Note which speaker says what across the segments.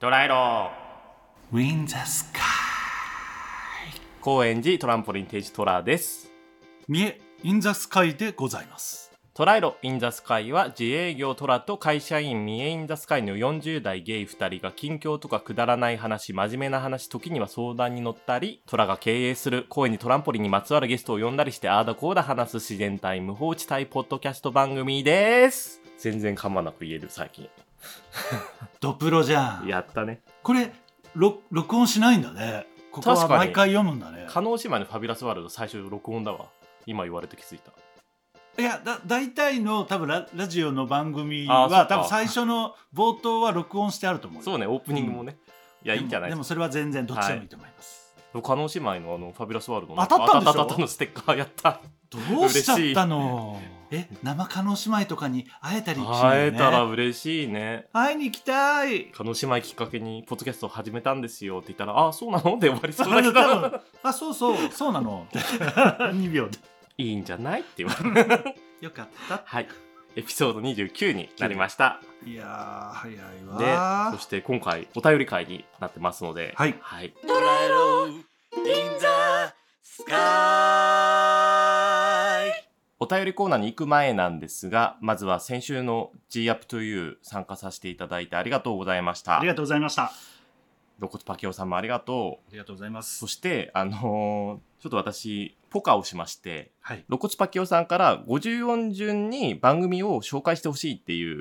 Speaker 1: ドライロー
Speaker 2: ウィンザスカイ
Speaker 1: 高円寺トランポリン定時トラです
Speaker 2: 三重インザスカイでございます
Speaker 1: トライロインザスカイは自営業トラと会社員三重インザスカイの40代ゲイ2人が近況とかくだらない話真面目な話時には相談に乗ったりトラが経営する公園にトランポリンにまつわるゲストを呼んだりしてああだこうだ話す自然体無法地帯ポッドキャスト番組です全然噛まなく言える最近
Speaker 2: ドプロじゃん
Speaker 1: やったね
Speaker 2: これ録録音しないんだねここは
Speaker 1: 確かに
Speaker 2: 毎回読むんだね
Speaker 1: 加納姉妹のファビュラスワールド最初録音だわ今言われて気づいた
Speaker 2: いやだ大体の多分ララジオの番組
Speaker 1: あーそ
Speaker 2: は
Speaker 1: っか
Speaker 2: 多分最初の冒頭は録音してあると思うよ
Speaker 1: そうねオープニングもね、いやいいんじゃない
Speaker 2: で
Speaker 1: で
Speaker 2: も
Speaker 1: す
Speaker 2: それは全然どっちでもいいと思います、
Speaker 1: か加納姉妹のあのファビュラスワールドの
Speaker 2: 当たったんでしょ
Speaker 1: 当たったのステッカーやった
Speaker 2: どうしちゃったのえ生加納姉妹とかに会えたりしない
Speaker 1: 会
Speaker 2: よ
Speaker 1: え
Speaker 2: ね
Speaker 1: たら嬉しいね
Speaker 2: 会いに行きたい
Speaker 1: 加納姉妹きっかけにポッドキャストを始めたんですよって言ったらあそうなので終わりそうだけ
Speaker 2: 多
Speaker 1: ど
Speaker 2: 分あそうそうそうなの 2秒で
Speaker 1: いいんじゃないって言われる
Speaker 2: よかった
Speaker 1: はいエピソード29になりました
Speaker 2: いやー早い
Speaker 1: で
Speaker 2: わ
Speaker 1: そして今回お便り会になってますので
Speaker 2: はい
Speaker 1: はい、
Speaker 3: 捉えろインザスカイ
Speaker 1: お便りコーナーに行く前なんですがまずは先週の G アップという参加させていただいてありがとうございました
Speaker 2: ありがとうございましたあ
Speaker 1: ロコトパケオさんもありがとう
Speaker 2: りがとうございます
Speaker 1: そして、あのーちょっと私、ポカをしまして、
Speaker 2: はい
Speaker 1: 露骨パキオさんから54順に番組を紹介してほしいってい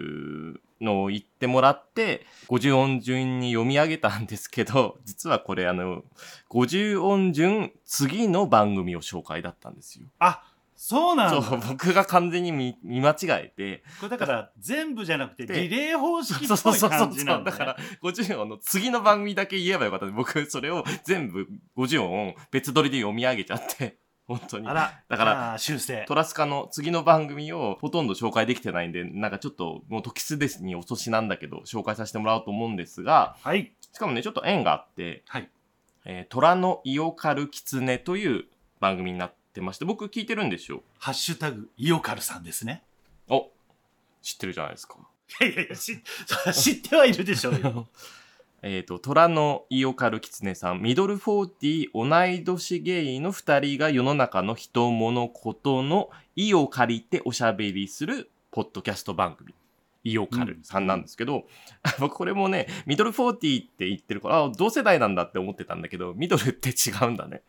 Speaker 1: うのを言ってもらって、54順に読み上げたんですけど、 実はこれあの、50音順次の番組を紹介だったんですよ。
Speaker 2: あそうなん
Speaker 1: そ
Speaker 2: だ
Speaker 1: う、僕が完全に見見間違えて、
Speaker 2: これだから全部じゃなくて
Speaker 1: で
Speaker 2: リレー方式っ
Speaker 1: そうそう
Speaker 2: ぽい
Speaker 1: そうそう
Speaker 2: 感じなんだ,、
Speaker 1: だか
Speaker 2: ね、
Speaker 1: ら50音の次の番組だけ言えばよかったんで僕それを全部50音別撮りで読み上げちゃって本当に
Speaker 2: あら
Speaker 1: だから
Speaker 2: じゃあ修正
Speaker 1: トラスカの次の番組をほとんど紹介できてないんでなんかちょっともう時すですに遅しなんだけど紹介させてもらおうと思うんですが
Speaker 2: はい
Speaker 1: しかもねちょっと縁があって
Speaker 2: はい
Speaker 1: 「えー、虎のイオカルキツネ」という番組になってまして僕聞いてるんでしょ
Speaker 2: ハッシュタグイオカルさんですね
Speaker 1: お知ってるじゃないですか
Speaker 2: いやいやいやし知ってはいるでし ょうよ
Speaker 1: えっ、と、虎のイオカルキツネさん、ミドルフォーティー同い年ゲイの二人が世の中の人物ことの意を借りておしゃべりするポッドキャスト番組。イオカルさんなんですけど、 僕これもね、ミドルフォーティーって言ってるから、あ同世代なんだって思ってたんだけど、ミドルって違うんだね。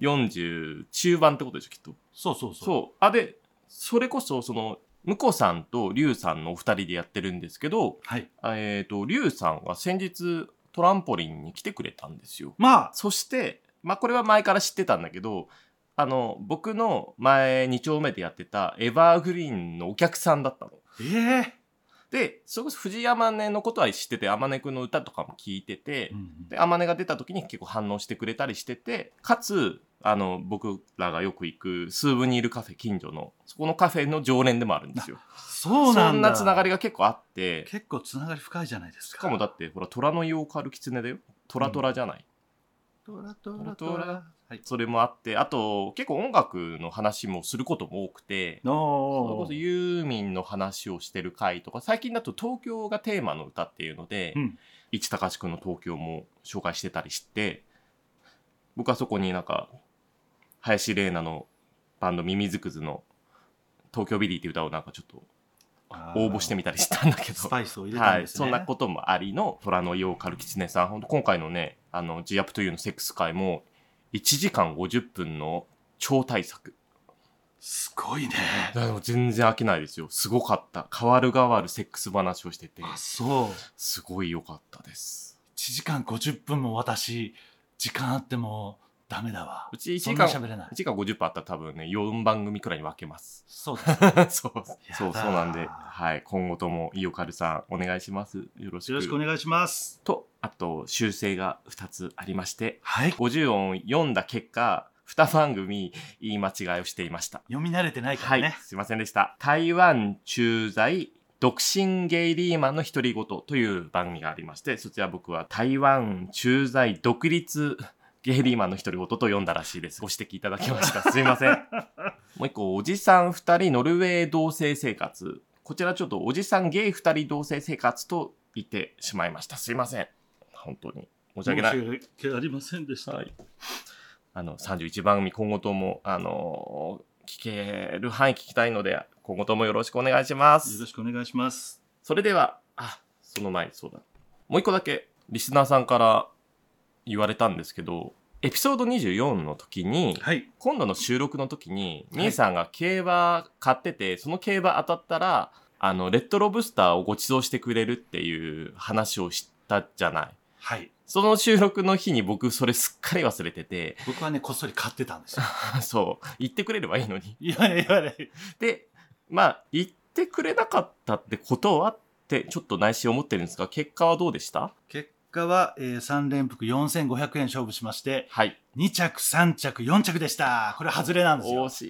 Speaker 1: 40中盤ってことでしょ、きっと。
Speaker 2: そうそうそう
Speaker 1: そう。あ、で、それこそ、その、向こさんとリュウさんのお二人でやってるんですけど、
Speaker 2: はい
Speaker 1: えっ、と、リュウさんが先日トランポリンに来てくれたんですよ。
Speaker 2: まあ
Speaker 1: そして、まあこれは前から知ってたんだけど、あの、僕の前2丁目でやってたエバーグリーンのお客さんだったの。
Speaker 2: ええ
Speaker 1: で、それこそ藤井天音のことは知ってて、天音くんの歌とかも聞いてて、で、天音が出た時に結構反応してくれたりしてて、かつ、あの、僕らがよく行くスーブニールカフェ近所の、そこのカフェの常連でもあるんですよ。
Speaker 2: そうなん
Speaker 1: ん
Speaker 2: だ
Speaker 1: なつながりが結構あって、
Speaker 2: 結構つながり深いじゃないです
Speaker 1: し
Speaker 2: か
Speaker 1: かもだってほら虎の湯を狩る狐だよ虎虎じゃない、
Speaker 2: トラト
Speaker 1: ラ
Speaker 2: ラ
Speaker 1: ト
Speaker 2: ト
Speaker 1: ラ
Speaker 2: ラはい
Speaker 1: それもあってあと結構音楽の話もすることも多くてそれこ
Speaker 2: の
Speaker 1: そユーミンの話をしてる回とか最近だと東京がテーマの歌っていうので、
Speaker 2: うん
Speaker 1: 市高志くんの東京も紹介してたりして僕はそこになんか林玲奈のバンド「ミミズクズ」の「東京ビリー」っていう歌をなんかちょっと応募してみたりしたんだけど
Speaker 2: スパイスを入れた
Speaker 1: は
Speaker 2: んで
Speaker 1: い、
Speaker 2: すね、
Speaker 1: そんなこともありの虎のようかるきつねさん、本当今回のね、あの、ジアップというのセックス会も、1時間50分の超大作。
Speaker 2: すごいね
Speaker 1: いやでも全然飽きないですよ。すごかった。変わる変わるセックス話をしてて、
Speaker 2: あそう
Speaker 1: すごい良かったです。
Speaker 2: 1時間50分も私時間あってもダメだわ
Speaker 1: うち1
Speaker 2: そ
Speaker 1: 時
Speaker 2: んな
Speaker 1: 間、
Speaker 2: 喋れない
Speaker 1: 1時間50分あったら多分ね、4番組くらいに分け ます。
Speaker 2: そうです
Speaker 1: そう、
Speaker 2: ー
Speaker 1: そう、そうなんで、はい、今後ともイオカルさんお願いします。よろしく。
Speaker 2: よろしくお願いします
Speaker 1: と、あと、修正が2つありまして、
Speaker 2: はい
Speaker 1: 50音読んだ結果、2番組言い間違いをしていました。
Speaker 2: 読み慣れてないからね、
Speaker 1: はい、すいませんでした。台湾駐在独身ゲイリーマンの独り言という番組がありまして、そちら僕は台湾駐在独立ゲイリーマンの独り言と読んだらしいです。ご指摘いただきました。すいません。もう一個、おじさん2人ノルウェー同棲生活。こちらちょっとおじさんゲイ2人同棲生活といてしまいました。すいません。本当に。申し
Speaker 3: 申
Speaker 1: 訳
Speaker 3: し
Speaker 1: ない。
Speaker 3: 訳ありませんでした。
Speaker 1: はい。あの、31番組今後とも、あのー聞ける範囲聞きたいので、今後ともよろしくお願いしま
Speaker 2: よ
Speaker 1: す
Speaker 2: ろ。しくお願いします。
Speaker 1: それでは、あ、その前にそうだ。もう一個だけ、リスナーさんから言われたんですけど、エピソード24の時に、
Speaker 2: はい。
Speaker 1: 今度の収録の時に、
Speaker 2: い
Speaker 1: みえさんが競馬買ってて、その競馬当たったら、あの、レッドロブスターをご馳走してくれるっていう話をしたじゃない。
Speaker 2: はい。
Speaker 1: その収録の日に僕それすっかり忘れてて、
Speaker 2: 僕はね、こっそり買ってたんですよ。
Speaker 1: そう、言ってくれればいいのに。
Speaker 2: 言わ ない言わない。
Speaker 1: で、まあ、言ってくれなかったってことはって、ちょっと内心思ってるんですが、結果はどうでした
Speaker 2: 結果は、えー、3連複4500円勝負しまして、
Speaker 1: はい。
Speaker 2: 2着、3着、4着でした。これ外れなんですよ。
Speaker 1: し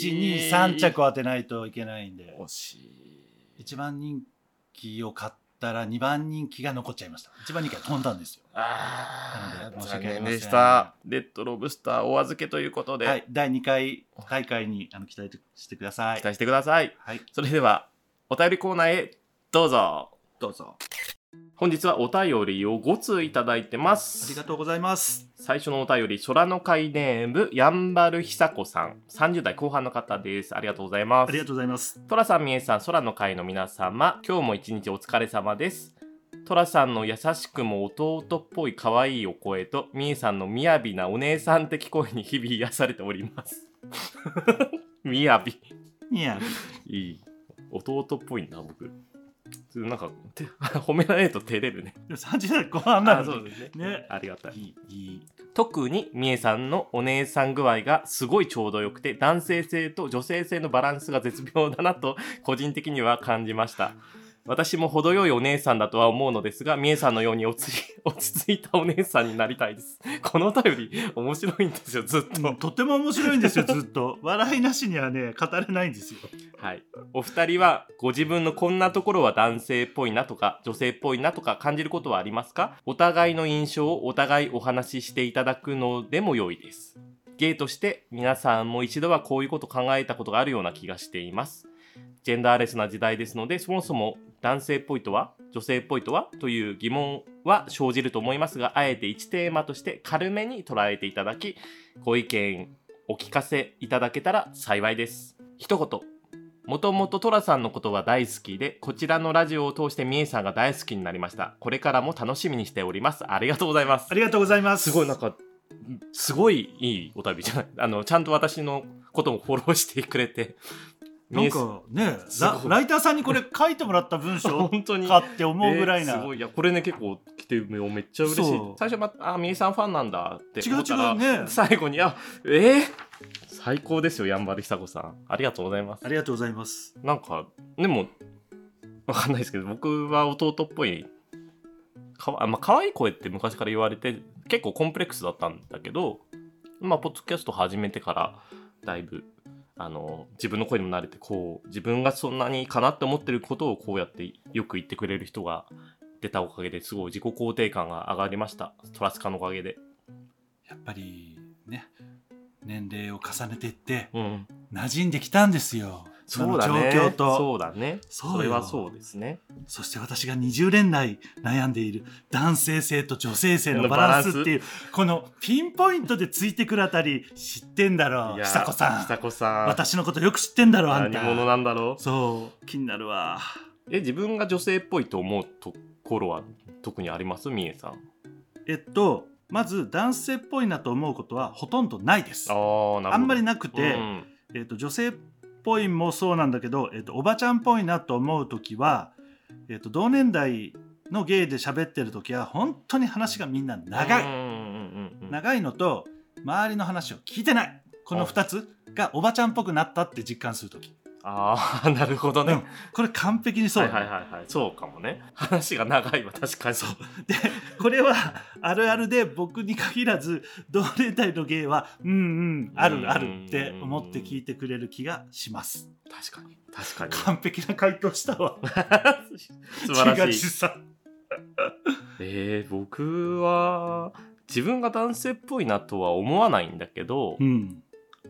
Speaker 2: 1、2、3着を当てないといけないんで。
Speaker 1: 惜しい。
Speaker 2: 1番人気を買ったら2番人気が残っちゃいました。1番人気が飛んだんですよ。
Speaker 1: あ
Speaker 2: な
Speaker 1: あ、
Speaker 2: ので申し
Speaker 1: 残
Speaker 2: 訳あり
Speaker 1: 念
Speaker 2: ません
Speaker 1: でした。レッドロブスターお預けということで、
Speaker 2: はい。第2回大会にあの期待してください
Speaker 1: 期。待してください。
Speaker 2: はい。
Speaker 1: それでは、お便りコーナーへどうぞ。
Speaker 2: どうぞ。
Speaker 1: 本日はお便りを5通いただいてます。
Speaker 2: ありがとうございます。
Speaker 1: 最初のお便り、空の会ネーム、やんばるひさこさん。30代後半の方です。ありがとうございます。
Speaker 2: ありがとうございます。
Speaker 1: トラさん、みえさん、空の会の皆様、今日も一日お疲れ様です。トラさんの優しくも弟っぽい可愛いお声と、みえさんの雅なお姉さん的声に日々癒されております。 雅。
Speaker 2: いや、
Speaker 1: いい。弟っぽいんだ、僕。なんか、て 褒められると照れるね。
Speaker 2: でも30代後半な
Speaker 1: あ
Speaker 2: の
Speaker 1: そう
Speaker 2: に
Speaker 1: ですね。
Speaker 2: ね。
Speaker 1: ありがたい。
Speaker 2: いい、いい。
Speaker 1: 特にみえさんのお姉さん具合がすごいちょうどよくて男性性と女性性のバランスが絶妙だなと個人的には感じました私も程よいお姉さんだとは思うのですがみえさんのように落ち落ち着いたお姉さんになりたいですこのお便り面白いんですよずっと、
Speaker 2: とても面白いんですよ、ずっと。笑いなしにはね、語れないんですよ。
Speaker 1: はい、お二人はご自分のこんなところは男性っぽいなとか女性っぽいなとか感じることはありますかお互いの印象をお互いお話ししていただくのでも良いですゲイとして皆さんも一度はこういうこと考えたことがあるような気がしていますジェンダーレスな時代ですのでそもそも男性っぽいとは女性っぽいとはという疑問は生じると思いますがあえて1テーマとして軽めに捉えていただきご意見お聞かせいただけたら幸いです一言もともとトラさんのことは大好きでこちらのラジオを通してみえさんが大好きになりましたこれからも楽しみにしておりますありがとうございます
Speaker 2: ありがとうございます。
Speaker 1: すごいなんかすごいいいお便りじゃない あのちゃんと私のこともフォローしてくれて
Speaker 2: な
Speaker 1: み
Speaker 2: ん
Speaker 1: えさ
Speaker 2: かね、
Speaker 1: す
Speaker 2: ラ
Speaker 1: ごい
Speaker 2: ライターさんにこれ書いてもらった文章
Speaker 1: 本当に
Speaker 2: かって思うぐらいな。
Speaker 1: えーすごいいやこれね結構来てめめっちゃ嬉しい
Speaker 2: そう
Speaker 1: 最初まあみえさんファンなんだって思ったら
Speaker 2: 違う違うね
Speaker 1: 最後にあえー、最高ですよやんばる久子さんありがとうございます
Speaker 2: ありがとうございます。
Speaker 1: なんかでもわかんないですけど僕は弟っぽいかわ、まあ、可愛い声って昔から言われて結構コンプレックスだったんだけどまあポッドキャスト始めてからだいぶあの自分の声にも慣れてこう自分がそんなにかなって思ってることをこうやってよく言ってくれる人が出たおかげですごい自己肯定感が上がりましたトラスカのおかげで
Speaker 2: やっぱりね、年齢を重ねていって、
Speaker 1: うん
Speaker 2: 馴染んできたんですよ。
Speaker 1: そうだ
Speaker 2: 今の
Speaker 1: ね
Speaker 2: 状況と。
Speaker 1: そうだね
Speaker 2: そうよ
Speaker 1: それはそうですね
Speaker 2: そして私が20年来悩んでいる男性性と女性性のバランスっていう、このピンポイントでついてくるあたり知ってんだろ、
Speaker 1: いうやー
Speaker 2: 久子さ
Speaker 1: 久
Speaker 2: ん。
Speaker 1: 子さん
Speaker 2: 私のことよく知ってんだろう、あ
Speaker 1: 何
Speaker 2: んた。
Speaker 1: 者なんだろう
Speaker 2: そう、気になるわ。
Speaker 1: え自分が女性っぽいと思うところは特にありますみえさん
Speaker 2: えっと、まず男性っぽいなと思うことはほとんどないです。
Speaker 1: あ
Speaker 2: あ
Speaker 1: ーなるほど
Speaker 2: んまり
Speaker 1: な
Speaker 2: なくて、
Speaker 1: うん
Speaker 2: えっと女性っぽいもそうなんだけど、えっとおばちゃんっぽいなと思う時は、えっと同年代のゲイで喋ってる時は本当に話がみんな長い、
Speaker 1: うんうんうんうん
Speaker 2: 長いのと周りの話を聞いてないこの2つがおばちゃんっぽくなったって実感する時
Speaker 1: ああ なるほどね、
Speaker 2: うんこれ完璧にそう、
Speaker 1: はいはいはいはいそうかもね話が長いは確かにそう
Speaker 2: でこれはあるあるで僕に限らず同年代のゲイはうんうんあるあるって思って聞いてくれる気がします
Speaker 1: 確かに確かに
Speaker 2: 完璧な回答したわ
Speaker 1: 素晴ら
Speaker 2: 違う
Speaker 1: しい
Speaker 2: さ
Speaker 1: えー、僕は自分が男性っぽいなとは思わないんだけど、
Speaker 2: うん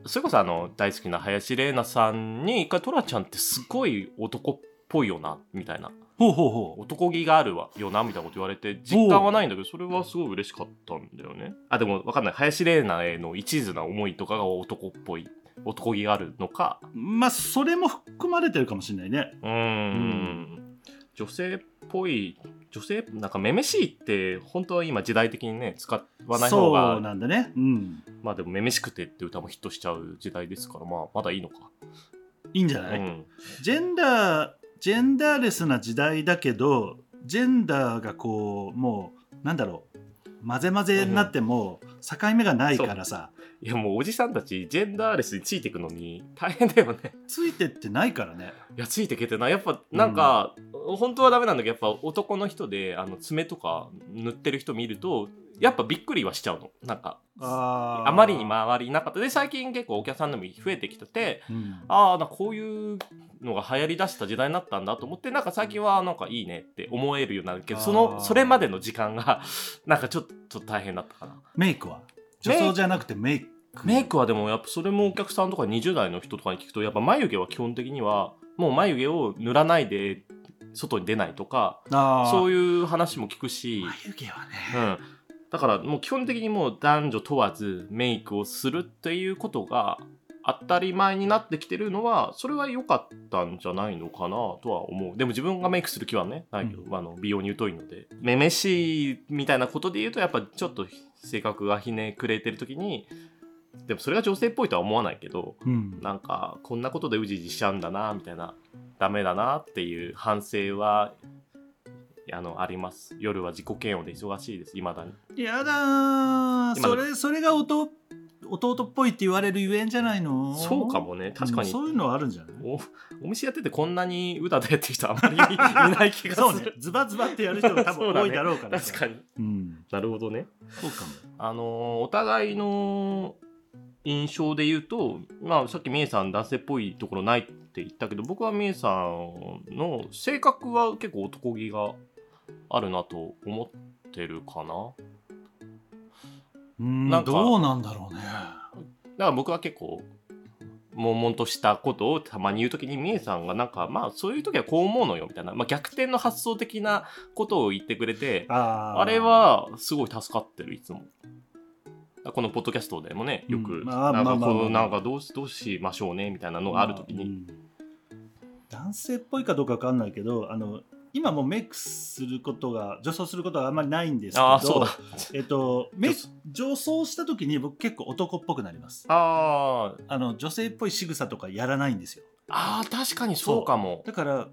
Speaker 1: それこそあの大好きな林玲奈さんに一回「トラちゃんってすごい男っぽいよな」みたいな
Speaker 2: ほほうほうほう
Speaker 1: 男気があるわよなみたいなこと言われて実感はないんだけどそれはすごい嬉しかったんだよねあでも分かんない林玲奈への一途な思いとかが男っぽい男気があるのか
Speaker 2: まあそれも含まれてるかもしれないね
Speaker 1: うーん女性っぽい女性なんかめめしいって本当は今時代的にね使わない方
Speaker 2: そう
Speaker 1: が
Speaker 2: なんだねうん
Speaker 1: まあでも「めめしくて」って歌もヒットしちゃう時代ですからまあまだいいのか、
Speaker 2: いいんじゃない、
Speaker 1: うん
Speaker 2: ジェンダージェンダーレスな時代だけどジェンダーがこうもうなんだろう混ぜ混ぜになっても境目がないからさ
Speaker 1: いやもうおじさんたちジェンダーレスについてくのに大変だよね
Speaker 2: ついてってないからね
Speaker 1: いやついてけてないやっぱなんか、本当はダメなんだけどやっぱ男の人であの爪とか塗ってる人見るとやっぱびっくりはしちゃうのなんか
Speaker 2: あー
Speaker 1: あまりに周りいなかったで最近結構お客さんでも増えてきてて
Speaker 2: うん
Speaker 1: ああなんかこういうのが流行りだした時代になったんだと思ってなんか最近はなんかいいねって思えるようになるけどそ
Speaker 2: あ
Speaker 1: の
Speaker 2: ー
Speaker 1: それまでの時間が なんかちょっと大変だったかな
Speaker 2: メイクは
Speaker 1: メイ
Speaker 2: 女
Speaker 1: ク
Speaker 2: 装じゃなくてメイク
Speaker 1: メイクはでもやっぱそれもお客さんとか20代の人とかに聞くとやっぱ眉毛は基本的にはもう眉毛を塗らないで外に出ないとか
Speaker 2: あ
Speaker 1: そう
Speaker 2: いう
Speaker 1: いう話も聞くし、
Speaker 2: 眉毛はね
Speaker 1: うん、だからもう基本的にもう男女問わずメイクをするっていうことが当たり前になってきてるのはそれは良かったんじゃないのかなとは思うでも自分がメイクする気はねないけど、
Speaker 2: う
Speaker 1: あの美容に疎いのでめめしいみたいなことで言うとやっぱちょっと性格がひねくれてる時にでもそれが女性っぽいとは思わないけど
Speaker 2: うん
Speaker 1: なんかこんなことでうじうじしちゃうんだなみたいなダメだなっていう反省はあのあります夜は自己嫌悪で忙しいですいまだに
Speaker 2: やだー
Speaker 1: 今
Speaker 2: それそれが弟弟っぽいって言われるゆえんじゃないの
Speaker 1: そうかもね確か
Speaker 2: うん
Speaker 1: に、
Speaker 2: そういうのはあるんじゃない
Speaker 1: おお店やっててこんなに歌でやってる人あまりいない気が
Speaker 2: そう
Speaker 1: す
Speaker 2: ね
Speaker 1: る、
Speaker 2: ズバズバってやる人が多
Speaker 1: そ
Speaker 2: 分
Speaker 1: うだね
Speaker 2: 多いだろうから
Speaker 1: 確か
Speaker 2: に、
Speaker 1: に
Speaker 2: うん、
Speaker 1: なるほどね
Speaker 2: そうかも
Speaker 1: あのーお互いの印象で言うと、まあ、さっきみえさん男性っぽいところないって言ったけど僕はみえさんの性格は結構男気があるなと思ってるかな
Speaker 2: うん
Speaker 1: なんか
Speaker 2: どうなんだろうね
Speaker 1: だから僕は結構悶々としたことをたまに言う時にみえさんがなんかまあそういう時はこう思うのよみたいな、まあ、逆転の発想的なことを言ってくれて
Speaker 2: あー
Speaker 1: あれはすごい助かってるいつも。このポッドキャストでもねよく、
Speaker 2: うんまあ
Speaker 1: なん
Speaker 2: ま
Speaker 1: か
Speaker 2: あまあ
Speaker 1: こう
Speaker 2: まあ
Speaker 1: なんかどうしどうしましょうねみたいなのがある時
Speaker 2: う
Speaker 1: に、
Speaker 2: ん男性っぽいかどうかわかんないけどあの今もうメイクすることが女装することはあんまりないんですけど
Speaker 1: ああそうだ
Speaker 2: えっとメイク女装した時に僕結構男っぽくなります
Speaker 1: あー
Speaker 2: あの女性っぽい仕草とかやらないんですよ
Speaker 1: あー確かにそうかも
Speaker 2: だから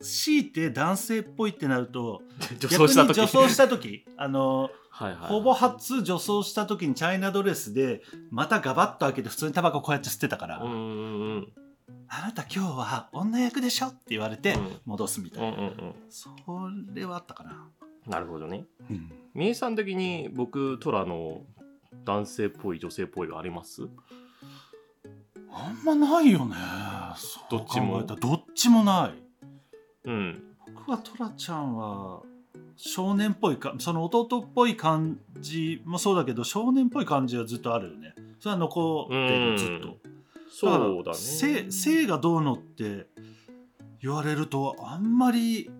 Speaker 2: 強いて男性っぽいってなると
Speaker 1: 女装した時
Speaker 2: 逆に女装した時あの
Speaker 1: はいはい
Speaker 2: ほぼ初女装した時にチャイナドレスでまたガバッと開けて普通にタバコこうやって吸ってたから、
Speaker 1: うんうんうんうん
Speaker 2: あなた今日は女役でしょって言われて
Speaker 1: うん
Speaker 2: 戻すみたい
Speaker 1: うん
Speaker 2: な、
Speaker 1: うん
Speaker 2: それはあったかな、
Speaker 1: なるほどねみえさん的に僕トラの男性っぽい女性っぽいはあります
Speaker 2: あんまないよねそ
Speaker 1: ど
Speaker 2: う
Speaker 1: っちも
Speaker 2: 考えたらどっちもない
Speaker 1: うん
Speaker 2: 僕はトラちゃんは少年っぽいかその弟っぽい感じもそうだけど少年っぽい感じはずっとあるよねそれは残って
Speaker 1: うん
Speaker 2: るずっと
Speaker 1: そうだ
Speaker 2: から
Speaker 1: ね
Speaker 2: 性性がどうのって言われるとあんまり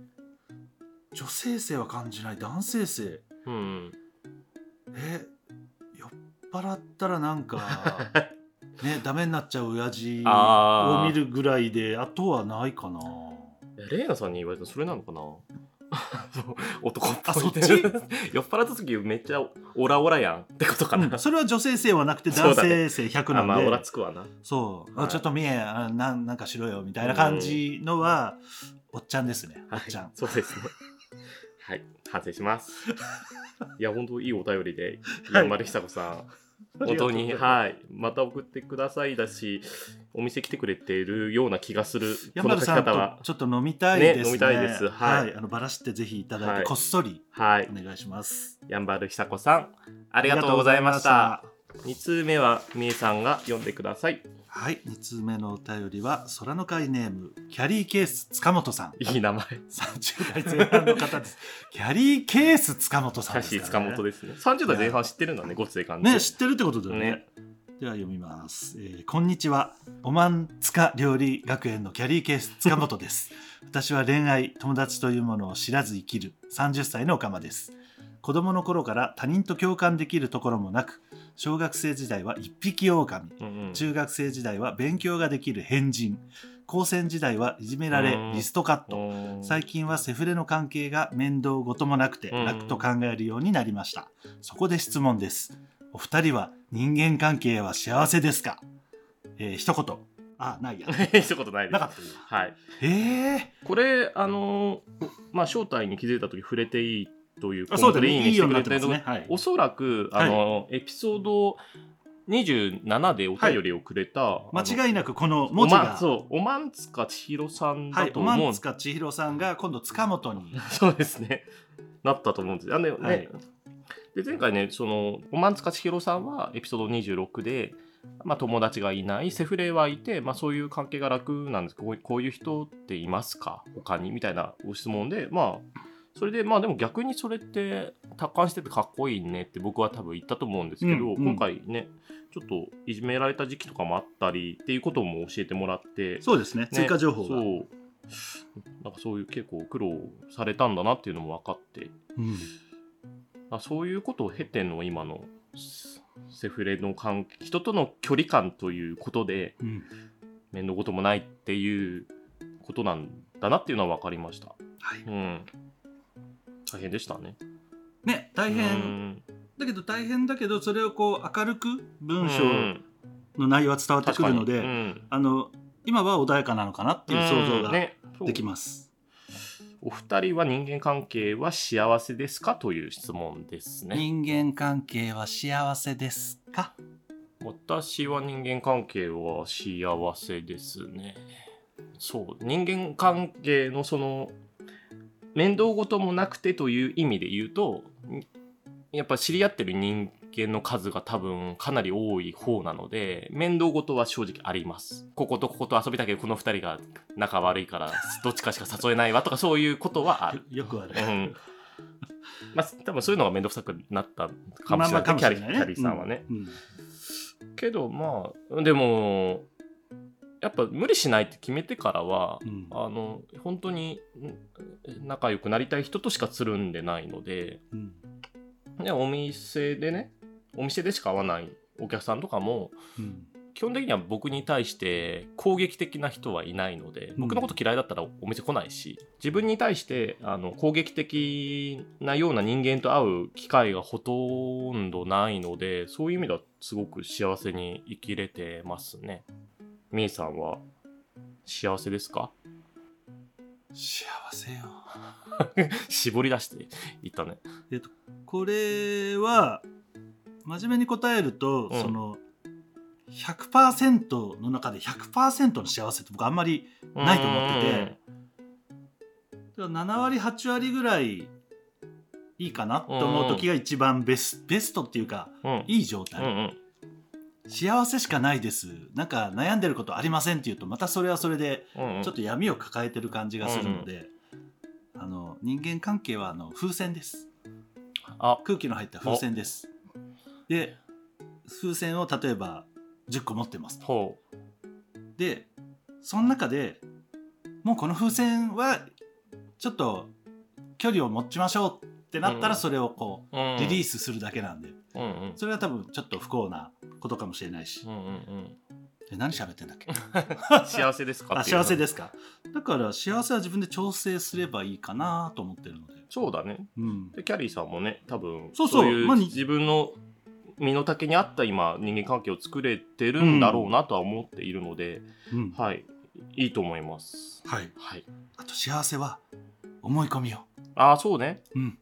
Speaker 2: 女性性は感じない男性性
Speaker 1: うん
Speaker 2: え酔っ払ったらな んかねダメになっちゃう親父
Speaker 1: あー
Speaker 2: を見るぐらいであとはないかな
Speaker 1: レイナさんに言われたらそれなのかな そう男っぽい
Speaker 2: あそっち
Speaker 1: 酔っ払った時めっちゃオラオラやんってことかな、
Speaker 2: それは女性性はなくて
Speaker 1: そ
Speaker 2: 男
Speaker 1: うだね
Speaker 2: 性性100
Speaker 1: あ
Speaker 2: なんで
Speaker 1: まあオラつくわな
Speaker 2: そう、
Speaker 1: はい
Speaker 2: あちょっと見えあななんかしろよみたいな感じのは、おっちゃんですね、
Speaker 1: は
Speaker 2: おっ
Speaker 1: い
Speaker 2: ちゃん
Speaker 1: そうですね はい反省しますいや本当いいお便りで
Speaker 2: はい
Speaker 1: 山田久子さん、
Speaker 2: あ
Speaker 1: 本
Speaker 2: りがと
Speaker 1: 当
Speaker 2: うござい
Speaker 1: に
Speaker 2: ます
Speaker 1: はいまた送ってくださいだしお店来てくれているような気がするこ
Speaker 2: 山
Speaker 1: の
Speaker 2: 田
Speaker 1: 書き
Speaker 2: さん
Speaker 1: 方は
Speaker 2: とちょっと飲みたいですね
Speaker 1: ね飲みたいですはい
Speaker 2: あのバラしてぜひいただいて、
Speaker 1: はい
Speaker 2: こっそり
Speaker 1: はい
Speaker 2: お願いします
Speaker 1: やんばるひさこさんありがとうございました
Speaker 2: ありがとうございまし
Speaker 1: 2通目はみえさんが読んでください
Speaker 2: たはい2通目のお便りは空の会ネームキャリーケース塚本さん
Speaker 1: いい名前
Speaker 2: 30代前半の 方ですキャリーケース塚本さん
Speaker 1: さ
Speaker 2: です
Speaker 1: し
Speaker 2: から
Speaker 1: 塚
Speaker 2: ね
Speaker 1: 本ですね30代前半知ってるんだねごつい感じ
Speaker 2: ね知ってるってことだよね
Speaker 1: ね
Speaker 2: では読みます、えーこんにちはオマンツカ料理学園のキャリーケース塚本です 私は恋愛友達というものを知らず生きる30歳のオカマです子供の頃から他人と共感できるところもなく小学生時代は一匹狼
Speaker 1: うんうん
Speaker 2: 中学生時代は勉強ができる変人高専時代はいじめら
Speaker 1: うん
Speaker 2: れリストカット
Speaker 1: うん
Speaker 2: 最近はセフレの関係が面倒ごともなくて
Speaker 1: うん
Speaker 2: 楽と考えるようになりましたそこで質問ですお二人は人間関係は幸せですかえー、一言あない や
Speaker 1: 一言ないです
Speaker 2: なかった今
Speaker 1: はい、
Speaker 2: ええ
Speaker 1: これあのーまあ正体に気づいた時触れていいという
Speaker 2: あそうだ
Speaker 1: こ
Speaker 2: ね
Speaker 1: とで
Speaker 2: いいようになって
Speaker 1: してく
Speaker 2: ます
Speaker 1: れ
Speaker 2: ねはい
Speaker 1: おそらくあの、エピソード27でお便りをくれた、
Speaker 2: 間違いな
Speaker 1: く
Speaker 2: くこの文字
Speaker 1: おま
Speaker 2: が
Speaker 1: そうおまんつか千尋さん
Speaker 2: は
Speaker 1: だ
Speaker 2: い
Speaker 1: と
Speaker 2: お
Speaker 1: 思
Speaker 2: ま
Speaker 1: うんん
Speaker 2: つか千尋さんが今度塚本に
Speaker 1: そうですね。なったと思うんです。あのね、
Speaker 2: はい
Speaker 1: で前回ね、そのおまんつかちひろさんはエピソード26で、まあ、友達がいない、セフレはいて、まあ、そういう関係が楽なんですけど、こうこういう人っていますか、他にみたいなご質問で、まあ、それで、まあ、でも逆にそれって、達観しててかっこいいねって僕は多分言ったと思うんですけど、
Speaker 2: うんうん
Speaker 1: 今回ね、ちょっといじめられた時期とかもあったりっていうことも教えてもらって、
Speaker 2: そうですね
Speaker 1: ね
Speaker 2: 追加情報が、
Speaker 1: そうなんかそういう結構苦労されたんだなっていうのも分かって
Speaker 2: うん
Speaker 1: あそういうことを経ての今のセセフレの関係人との距離感ということで
Speaker 2: うん
Speaker 1: 面倒事もないっていうことなんだなっていうのは分かりました
Speaker 2: はい
Speaker 1: うん大変でしたね
Speaker 2: ね大
Speaker 1: う
Speaker 2: 変
Speaker 1: ん
Speaker 2: だけど大変だけどそれをこう明るく文章
Speaker 1: うん
Speaker 2: の内容は伝わって
Speaker 1: 確
Speaker 2: く
Speaker 1: か
Speaker 2: る
Speaker 1: に
Speaker 2: ので、
Speaker 1: うん
Speaker 2: あの今は穏やかなのかなっていう想像
Speaker 1: う
Speaker 2: が
Speaker 1: んねそう
Speaker 2: できます。
Speaker 1: お二人は人間関係は幸せですかという質問ですね
Speaker 2: 人間関係は幸せですか
Speaker 1: 私は人間関係は幸せですね。そう人間関係のその面倒事もなくてという意味で言うとんやっぱ知り合ってる人間の数が多分かなり多い方なので面倒事は正直ありますこことここと遊びたけどこの2人が仲悪いからどっちかしか誘えないわとかそういうことはある。
Speaker 2: よくある
Speaker 1: う。 んまあ、多分そういうのが面倒くさくなったかもしれない,、
Speaker 2: かもしれ
Speaker 1: キ
Speaker 2: な
Speaker 1: ャリ
Speaker 2: いね
Speaker 1: キャリーさんはね。
Speaker 2: うんうん
Speaker 1: けどまあでもやっぱ無理しないって決めてからは、
Speaker 2: うん
Speaker 1: あの本当にん仲良くなりたい人としかつるんでないので
Speaker 2: うん
Speaker 1: でお店でねお店でしか会わないお客さんとかも
Speaker 2: うん
Speaker 1: 基本的には僕に対して攻撃的な人はいないので
Speaker 2: ん
Speaker 1: 僕のこと嫌いだったらお店来ないし自分に対してあの攻撃的なような人間と会う機会がほとんどないのでそういう意味ではすごく幸せに生きれてますね。みーさんは幸せですか
Speaker 2: 幸せよ。
Speaker 1: 絞り出していったね。
Speaker 2: これは真面目に答えると、
Speaker 1: うん
Speaker 2: その100%の中で100%の幸せって僕あんまりないと思っててだから7割8割ぐらいいいかなと思う時が一番ベスベストっていうか
Speaker 1: うんうん
Speaker 2: いい状態、
Speaker 1: うんうん
Speaker 2: 幸せしかないですなんか悩んでることありませんっていうとまたそれはそれで
Speaker 1: うんうん
Speaker 2: ちょっと闇を抱えてる感じがするので、あの人間関係はあの風船です
Speaker 1: あ
Speaker 2: 空気の入った風船ですで風船を例えば10個持ってます
Speaker 1: ほう
Speaker 2: でその中でもうこの風船はちょっと距離を持ちましょうってなった
Speaker 1: うん
Speaker 2: らそれをこうリリー
Speaker 1: ス、
Speaker 2: スするだけなんで、
Speaker 1: うんうん
Speaker 2: それは多分ちょっと不幸なことかもしれないし
Speaker 1: う、んうん
Speaker 2: え何喋ってんだっけ
Speaker 1: うん、幸せですか
Speaker 2: あ
Speaker 1: っていう
Speaker 2: 幸せですかだから幸せは自分で調整すればいいかなと思ってるので、
Speaker 1: そうだね
Speaker 2: うん、
Speaker 1: でキャリーさんもね多分そ
Speaker 2: そううそう
Speaker 1: いう
Speaker 2: まあに
Speaker 1: 自分の身の丈に合った今人間関係を作れてるんだろうなとは思っているので、
Speaker 2: うん
Speaker 1: はいいいと思います。
Speaker 2: はい
Speaker 1: はい、
Speaker 2: あと幸せは思い込みを、
Speaker 1: ああそうね
Speaker 2: うん、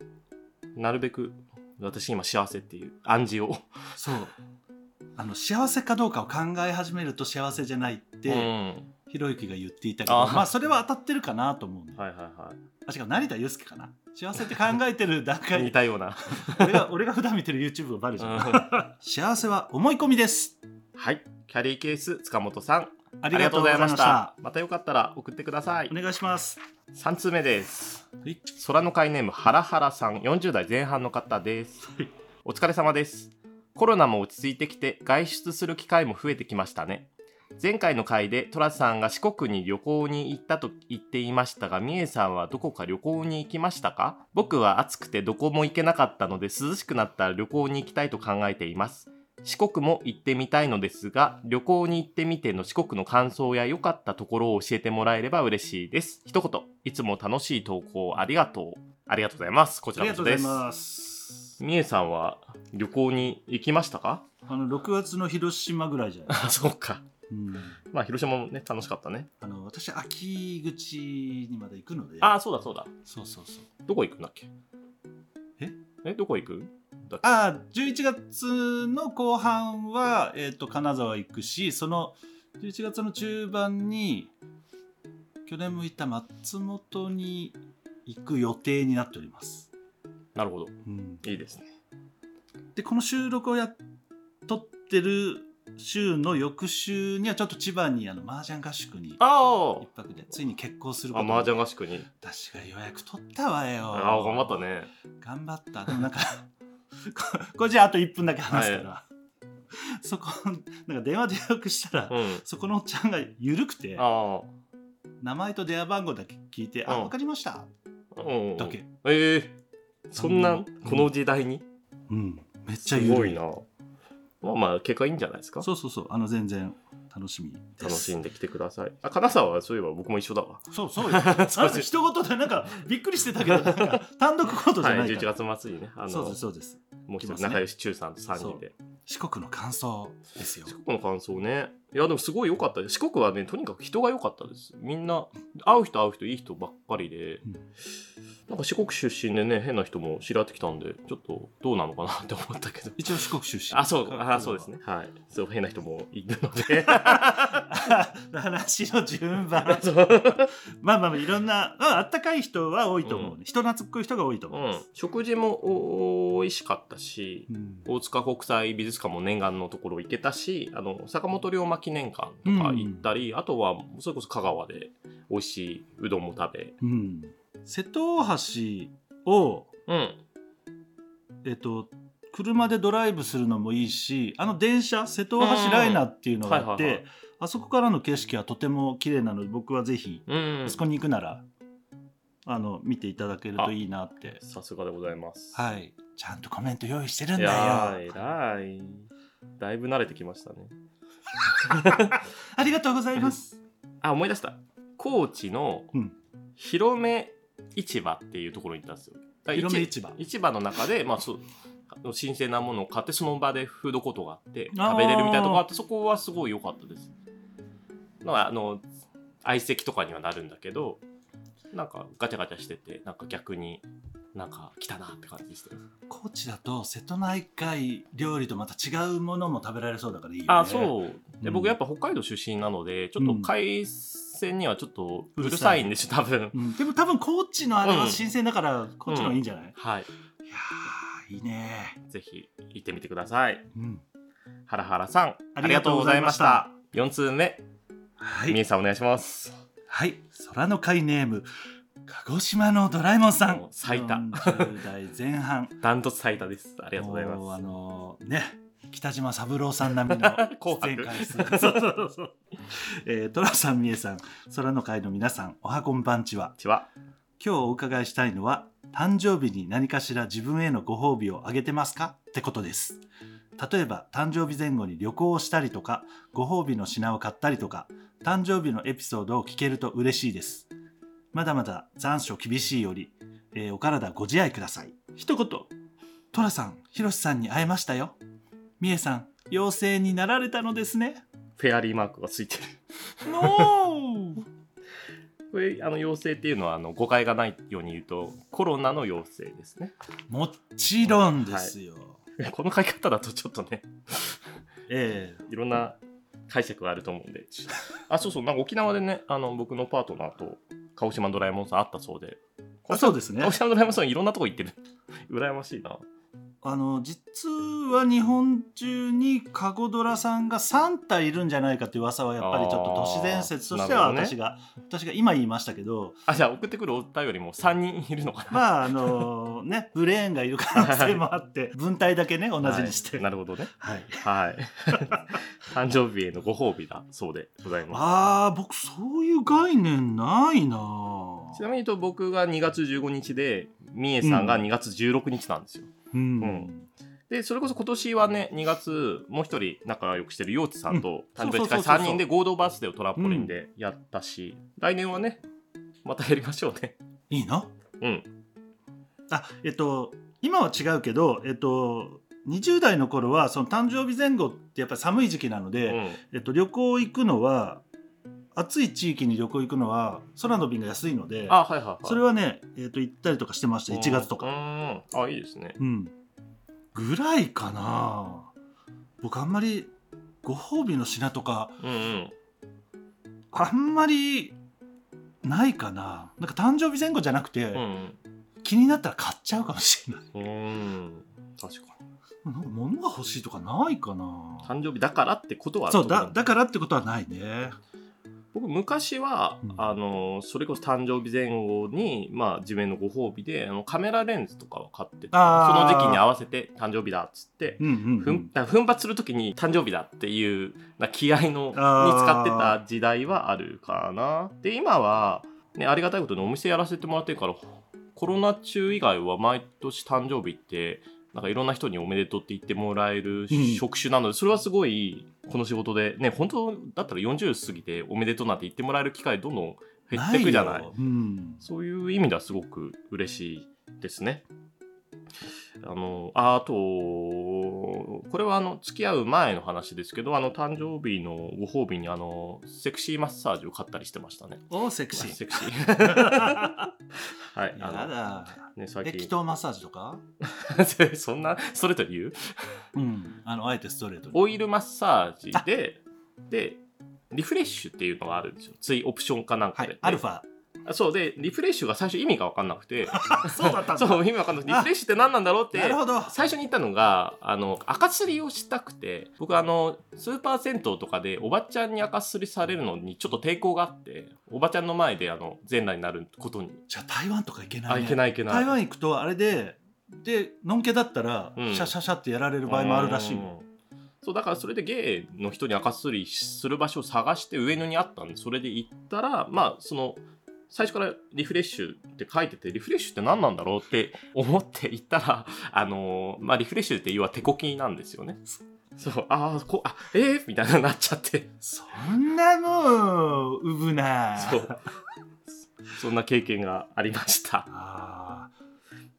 Speaker 1: なるべく私今幸せっていう暗示を。
Speaker 2: そうあの幸せかどうかを考え始めると幸せじゃないって、
Speaker 1: うん、
Speaker 2: ひろゆきが言っていたけど
Speaker 1: あー
Speaker 2: まあそれは当たってるかなと思うんで、
Speaker 1: はいはいは
Speaker 2: あ違う成田悠輔かな幸せって考えてる段
Speaker 1: い似
Speaker 2: 階
Speaker 1: たような。
Speaker 2: 俺が俺が普段見てる YouTube がバレ
Speaker 1: う
Speaker 2: ち
Speaker 1: ん
Speaker 2: ゃう、
Speaker 1: は
Speaker 2: 幸せは思い込みです
Speaker 1: いキャリーケース塚本さん
Speaker 2: あ
Speaker 1: あ
Speaker 2: りがとうございま
Speaker 1: りがとうございま
Speaker 2: した
Speaker 1: したまたよかったら送ってください
Speaker 2: お。願いします
Speaker 1: 3通目です
Speaker 2: はい
Speaker 1: 空の会ネームハラハラさん40代前半の方ですお疲れ様ですコロナも落ち着いてきて外出する機会も増えてきましたね前回の回でトラさんが四国に旅行に行ったと言っていましたがみえさんはどこか旅行に行きましたか僕は暑くてどこも行けなかったので涼しくなったら旅行に行きたいと考えています四国も行ってみたいのですが旅行に行ってみての四国の感想や良かったところを教えてもらえれば嬉しいです一言いつも楽しい投稿ありがとうありがとうございますこち
Speaker 2: あ
Speaker 1: ら
Speaker 2: り
Speaker 1: こ
Speaker 2: が
Speaker 1: そ
Speaker 2: と
Speaker 1: う
Speaker 2: ござ
Speaker 1: で
Speaker 2: い
Speaker 1: す
Speaker 2: ます
Speaker 1: みえさんは旅行に行きましたか
Speaker 2: あの6月の広島ぐらいじゃない、
Speaker 1: あ そうか
Speaker 2: うん、
Speaker 1: まあ広島もね楽しかったね
Speaker 2: あの私秋口にまだ行くので
Speaker 1: ああそうだそうだ
Speaker 2: そうそうそう
Speaker 1: どこ行くんだっけ
Speaker 2: え
Speaker 1: えどこ行く
Speaker 2: ああ11月の後半は、えー、と金沢行くしその11月の中盤に去年も行った松本に行く予定になっております、
Speaker 1: なるほど
Speaker 2: うん
Speaker 1: いいですね
Speaker 2: でこの収録をやっ撮ってる週の翌週にはちょっと千葉にあの麻雀合宿に
Speaker 1: あ
Speaker 2: 一泊でついに結婚する
Speaker 1: あ
Speaker 2: こと
Speaker 1: あ
Speaker 2: に
Speaker 1: 麻雀合宿に
Speaker 2: 私が予約取ったわよ
Speaker 1: ああ頑張ったね
Speaker 2: 頑張ったでもなんか ここれじゃああと1分だけ話すから、そこなんか電話で予約したら、
Speaker 1: うん
Speaker 2: そこのおっちゃんが緩くて
Speaker 1: あ
Speaker 2: 名前と電話番号だけ聞いて「あ
Speaker 1: うん
Speaker 2: 分かりました
Speaker 1: あうん」
Speaker 2: だけ
Speaker 1: ええそん
Speaker 2: う
Speaker 1: なんこの時代に
Speaker 2: うんめっちゃ
Speaker 1: す
Speaker 2: 緩い
Speaker 1: ごいなまあまあ結果いいんじゃないですか
Speaker 2: そうそうそうあの全然楽しみです
Speaker 1: 楽しんできてくださいあ金沢はそういえば僕も一緒だわ
Speaker 2: そうそうよなん
Speaker 1: そう
Speaker 2: か一言でなんかびっくりしてたけどなんか単独コートじゃ
Speaker 1: は
Speaker 2: ないいから、
Speaker 1: 11月末にねあ
Speaker 2: そうで
Speaker 1: の
Speaker 2: すそうです
Speaker 1: もう一
Speaker 2: 来ま
Speaker 1: 人
Speaker 2: すね
Speaker 1: 仲良し中さんと3人で
Speaker 2: 四国の感想ですよ
Speaker 1: 四国の感想ねいやでもすごい良かったです四国はねとにかく人が良かったですみんな会う人会う人いい人ばっかりで、
Speaker 2: うん
Speaker 1: なんか四国出身でね変な人も知り合ってきたんでちょっとどうなのかなって思ったけど
Speaker 2: 一応四国出身
Speaker 1: あそうあそうですねはいそう変な人もいるの で
Speaker 2: 話の 順番
Speaker 1: そう
Speaker 2: まあまあいろんな、うんあったかい人は多いと思うね、人懐っこい人が多いと
Speaker 1: う
Speaker 2: 思
Speaker 1: ん
Speaker 2: う、
Speaker 1: 食事もお美味しかったし
Speaker 2: うん
Speaker 1: 大塚国際美術館も念願のところ行けたしあの坂本龍馬記念館とか行ったり、あとはそれこそ香川で美味しいうどんも食べ
Speaker 2: うん瀬戸大橋を、
Speaker 1: うん
Speaker 2: えっと車でドライブするのもいいしあの電車瀬戸大橋ライナーっていうのがあっ
Speaker 1: うんはい
Speaker 2: て、
Speaker 1: はいは
Speaker 2: あそこからの景色はとても綺麗なので僕はぜひ、
Speaker 1: うん
Speaker 2: あそこに行くならあの見ていただけるといいなって
Speaker 1: さすがでございます。
Speaker 2: はいちゃんとコメント用意してるん
Speaker 1: い
Speaker 2: だ
Speaker 1: や
Speaker 2: よ
Speaker 1: ー、偉い。だいぶ慣れてきましたね。
Speaker 2: ありがとうございます
Speaker 1: あ、思い出した。高知の
Speaker 2: うん
Speaker 1: 広め市場っていうところに行ったんですよ。だから
Speaker 2: 広め市場
Speaker 1: 市場の中で、まあ、そう。あの新鮮なものを買ってその場でフードコートがあって食べれるみたいなとこがあってそこはすごい良かったです。まああの相席とかにはなるんだけどなんかガチャガチャしててなんか逆になんか来たなって感じでしたよ。
Speaker 2: 高知だと瀬戸内海料理とまた違うものも食べられそうだからいいよね
Speaker 1: あそうで、
Speaker 2: うん
Speaker 1: 僕やっぱ北海道出身なのでちょっと海鮮にはちょっと
Speaker 2: う
Speaker 1: うんるさいんでしょ多分
Speaker 2: うんでも多分高知のあれは
Speaker 1: うん
Speaker 2: 新鮮だから、こっちの方がいいんじゃない、
Speaker 1: はい
Speaker 2: いやーいいね
Speaker 1: ぜひ行ってみてください
Speaker 2: うん
Speaker 1: ハラハラさん
Speaker 2: あ
Speaker 1: あ
Speaker 2: り
Speaker 1: り
Speaker 2: が
Speaker 1: がと
Speaker 2: とう
Speaker 1: う
Speaker 2: ご
Speaker 1: ご
Speaker 2: ざ
Speaker 1: ざい
Speaker 2: いま
Speaker 1: ま
Speaker 2: し
Speaker 1: したた4通目
Speaker 2: は
Speaker 1: みえ
Speaker 2: い、
Speaker 1: さんお願いします
Speaker 2: はい、空の会ネーム鹿児島のドラえもんさん
Speaker 1: もう最多
Speaker 2: 40代 前半
Speaker 1: ダントツ最多ですありがとうござい
Speaker 2: もう
Speaker 1: ま
Speaker 2: あ
Speaker 1: す
Speaker 2: のーね北島三郎さん並みの
Speaker 1: 紅
Speaker 2: 出演
Speaker 1: 白
Speaker 2: 回数そうそうそう、えー、トラさんみえさん空の会の皆さんおはこんばんちは
Speaker 1: こんにちは
Speaker 2: 今日お伺いしたいのは誕生日に何かしら自分へのご褒美をあげてますかってことです例えば誕生日前後に旅行をしたりとかご褒美の品を買ったりとか誕生日のエピソードを聞けると嬉しいですまだまだ残暑厳しいより、えーお体ご自愛ください一言トラさんひろしさんに会えましたよみえさん妖精になられたのですね
Speaker 1: フェアリーマークがついてる
Speaker 2: ノー
Speaker 1: これあの妖精っていうのはあの誤解がないように言うとコロナの妖精ですね
Speaker 2: もちろんですよ、
Speaker 1: この書き方だとちょっとね
Speaker 2: え
Speaker 1: いろんな解釈があると思うんで。 あ、そうそう、なんか沖縄でね、あの僕のパートナーと鹿児島ドラえもんさんあったそうで、
Speaker 2: ーあそうですね
Speaker 1: 鹿児島ドラえもんさんいろんなとこ行ってる。 羨ましいな。
Speaker 2: あの実は日本中にカゴドラさんが3体いるんじゃないかって噂はやっぱりちょっと都市伝説としては
Speaker 1: あーなるほどね
Speaker 2: 私が、私が今言いましたけど
Speaker 1: あ、じゃあ送ってくるお便りも3人いるのかな。
Speaker 2: まああののねブレーンがいる可能性もあって、文体だけね同じにして、
Speaker 1: はいなるほどね。
Speaker 2: はい
Speaker 1: はい。 誕生日へのご褒美だそうでございま
Speaker 2: あー僕そういう概念ないなぁ
Speaker 1: す。ちなみに言うと僕が2月15日で、みえさんが2月16日なんですよ。
Speaker 2: うん、
Speaker 1: うんで、それこそ今年はね、2月、もう一人仲良くしてる陽地さんと、誕生日会
Speaker 2: そうそうそうそう
Speaker 1: 3人で合同バースデーをトランポリンでやったし、来年はね、またやりましょうね。
Speaker 2: いいの
Speaker 1: うん。
Speaker 2: あえっと今は違うけどえっと20代の頃はその誕生日前後ってやっぱり寒い時期なの
Speaker 1: う
Speaker 2: で、
Speaker 1: ん。
Speaker 2: えっと、旅行行くのは暑い地域に旅行行くのは空の便が安いので
Speaker 1: あ、はいはい、はい。
Speaker 2: それはね、えっと、行ったりとかしてました1月と
Speaker 1: う
Speaker 2: か
Speaker 1: ん。あ、いいですね。
Speaker 2: うんぐらいかな僕あんまりご褒美の品とか
Speaker 1: うんうん。
Speaker 2: あんまりないかななんか誕生日前後じゃなくて、
Speaker 1: うん
Speaker 2: 気になったら買っちゃうかもしれない
Speaker 1: うん。うん。確かに。
Speaker 2: なんか物が欲しいとかないかな
Speaker 1: 誕生日だからってことはある
Speaker 2: そ
Speaker 1: と
Speaker 2: う
Speaker 1: 思
Speaker 2: だだからってことはないね
Speaker 1: 僕昔は、
Speaker 2: うん
Speaker 1: あのそれこそ誕生日前後に、まあ、自分のご褒美であのカメラレンズとかを買っててその
Speaker 2: あー
Speaker 1: 時期に合わせて誕生日だっつって、
Speaker 2: うんうん、
Speaker 1: ふ
Speaker 2: うんん、
Speaker 1: だから奮発する時に誕生日だっていうな気合いのに
Speaker 2: あー
Speaker 1: 使ってた時代はあるかなで今は、ね、ありがたいことにお店やらせてもらってるからコロナ中以外は毎年誕生日ってなんかいろんな人におめでとうって言ってもらえる
Speaker 2: うん
Speaker 1: 職種なので、それはすごいこの仕事でね本当だったら40過ぎておめでとうなんて言ってもらえる機会どんどん減っていくじゃない
Speaker 2: ようん、
Speaker 1: そういう意味ではすごく嬉しいですね。あの、ああと、これはあの、付き合う前の話ですけど、あの、誕生日のご褒美にあの、セクシーマッサージを買ったりしてましたね。
Speaker 2: おセクシー
Speaker 1: セクシ ー。はい。
Speaker 2: や
Speaker 1: あ
Speaker 2: だ
Speaker 1: の、ね、最
Speaker 2: え気
Speaker 1: 近。
Speaker 2: 筒マッサージとか
Speaker 1: そんな、それと理由
Speaker 2: うんあのあえてストレートに
Speaker 1: オイルマッサージで、で、リフレッシュっていうのがあるんですよ。ついオプションかなんか
Speaker 2: は
Speaker 1: で。
Speaker 2: い
Speaker 1: で
Speaker 2: アルファ
Speaker 1: あそうで、リフレッシュが最初意味が分かんなく て。
Speaker 2: そうだったんだ
Speaker 1: そう意味わかんないリフレッシュって何なんだろうって
Speaker 2: なるほど
Speaker 1: 最初に言ったのがあの赤すりをしたくて僕あのスーパー銭湯とかでおばちゃんに赤すりされるのにちょっと抵抗があっておばちゃんの前であの全裸になることに、
Speaker 2: じゃあ台湾とか行けない、
Speaker 1: あ
Speaker 2: ね、
Speaker 1: いけないいけない
Speaker 2: 台湾行くとあれででのんけだったら、
Speaker 1: うん
Speaker 2: シャシャシャってやられる場合もあるらしい
Speaker 1: うんそうだからそれでゲイの人に赤すりする場所を探して上野にあったんでそれで行ったらまあその最初からリフレッシュって書いててリフレッシュって何なんだろうって思って行ったら あのーまあリフレッシュって要は手こきなんですよね。そうあーこあえー、みたいななっちゃって
Speaker 2: そんなもううぶな
Speaker 1: そうそんな経験がありました。
Speaker 2: あー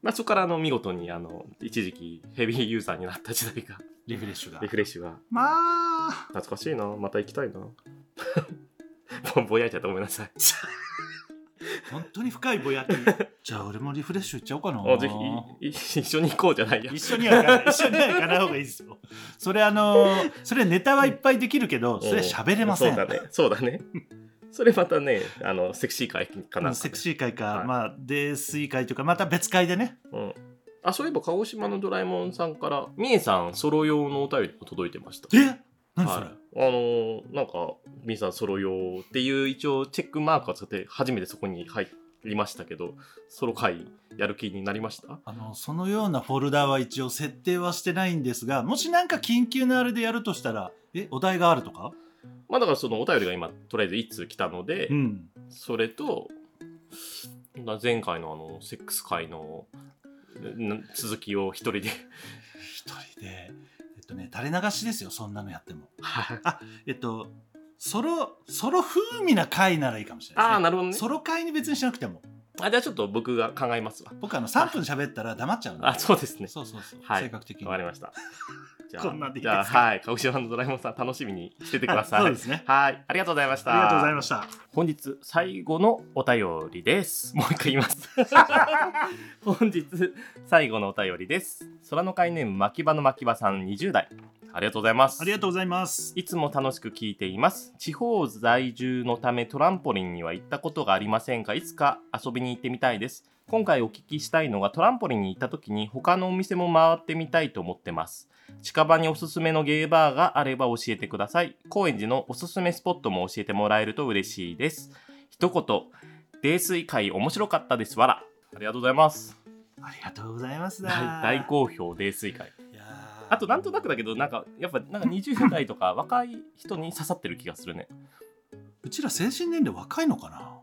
Speaker 1: まあそこからあの見事にあの一時期ヘビーユーザーになった時代が
Speaker 2: リフレッシュが
Speaker 1: リフレッシュが
Speaker 2: まあ
Speaker 1: 懐かしいなまた行きたいなぼぼやいちゃってごめんなさい
Speaker 2: 本当に深いぼやき じゃあ俺もリフレッシュ行っちゃおうかな
Speaker 1: あぜひいい一緒に行こうじゃないや
Speaker 2: 一緒には行かない一緒には行かない方がいいですよそれあのーそれネタはいっぱいできるけどそれ喋れません
Speaker 1: そうだねそうだねそれまたねあのセクシー会か
Speaker 2: う
Speaker 1: なんんか
Speaker 2: セ
Speaker 1: で
Speaker 2: クシー会か、
Speaker 1: はい
Speaker 2: まあ泥酔会とかまた別会でね
Speaker 1: うんあそういえば鹿児島のドラえもんさんからみえさんソロ用のお便りも届いてました
Speaker 2: え何それ、
Speaker 1: はい、あのーなんかみえさんソロ用っていう一応チェックマークを使って初めてそこに入りましたけどソロ会やる気になりました
Speaker 2: あのそのようなフォルダは一応設定はしてないんですがもしなんか緊急なあれでやるとしたらえお題があるとか
Speaker 1: まあだからそのお便りが今とりあえず1通来たので、
Speaker 2: うん
Speaker 1: それとな前回のあのセックス会のな続きを一人で
Speaker 2: 一人でえっとね垂れ流しですよそんなのやっても
Speaker 1: はい
Speaker 2: えっとソロソロ風味な回ならいいかもしれない
Speaker 1: あ
Speaker 2: で
Speaker 1: あ
Speaker 2: す、ね、
Speaker 1: なるほどね
Speaker 2: ソロ回に別にしなくても
Speaker 1: あじゃあちょっと僕が考えますわ
Speaker 2: 僕あの3分喋ったら黙っちゃうんで
Speaker 1: あそうですね
Speaker 2: そうそうそう、
Speaker 1: はい
Speaker 2: 性格的に
Speaker 1: わかりましたじゃあ
Speaker 2: こんなんでいい
Speaker 1: じゃあ
Speaker 2: ですか
Speaker 1: はい鹿児島のドラえもんさん楽しみにしててください
Speaker 2: そうですね
Speaker 1: はいありがとうございまし
Speaker 2: あ
Speaker 1: た
Speaker 2: りがとうございました
Speaker 1: 本日最後のお便りです。もう一回言い ます。本日最後のお便りです。空の会ネーム牧場の牧場さん20代。ありがとうございます。
Speaker 2: ありがとうございます
Speaker 1: いつも楽しく聞いています。地方在住のためトランポリンには行ったことがありませんが、いつか遊びに行ってみたいです。今回お聞きしたいのがトランポリンに行った時に他のお店も回ってみたいと思ってます。近場におすすめのゲーバーがあれば教えてください。高円寺のおすすめスポットも教えてもらえると嬉しいです。一言、泥酔会面白かったです。わら。ありがとうございます。
Speaker 2: ありがとうございますだ。
Speaker 1: 大大好評泥酔会
Speaker 2: いやー
Speaker 1: あとなんとなくだけどなんかやっぱなんか20代とか若い人に刺さってる気がするね
Speaker 2: うちら精神年齢若いのかな。